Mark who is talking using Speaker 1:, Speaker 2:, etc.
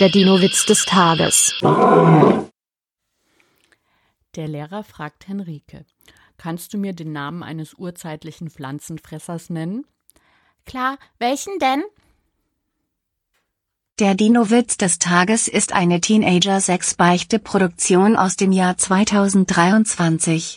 Speaker 1: Der Dino-Witz des Tages.
Speaker 2: Der Lehrer fragt Henrike: Kannst du mir den Namen eines urzeitlichen Pflanzenfressers nennen?
Speaker 3: Klar, welchen denn?
Speaker 4: Der Dino-Witz des Tages ist eine Teenager-6-Beichte-Produktion aus dem Jahr 2023.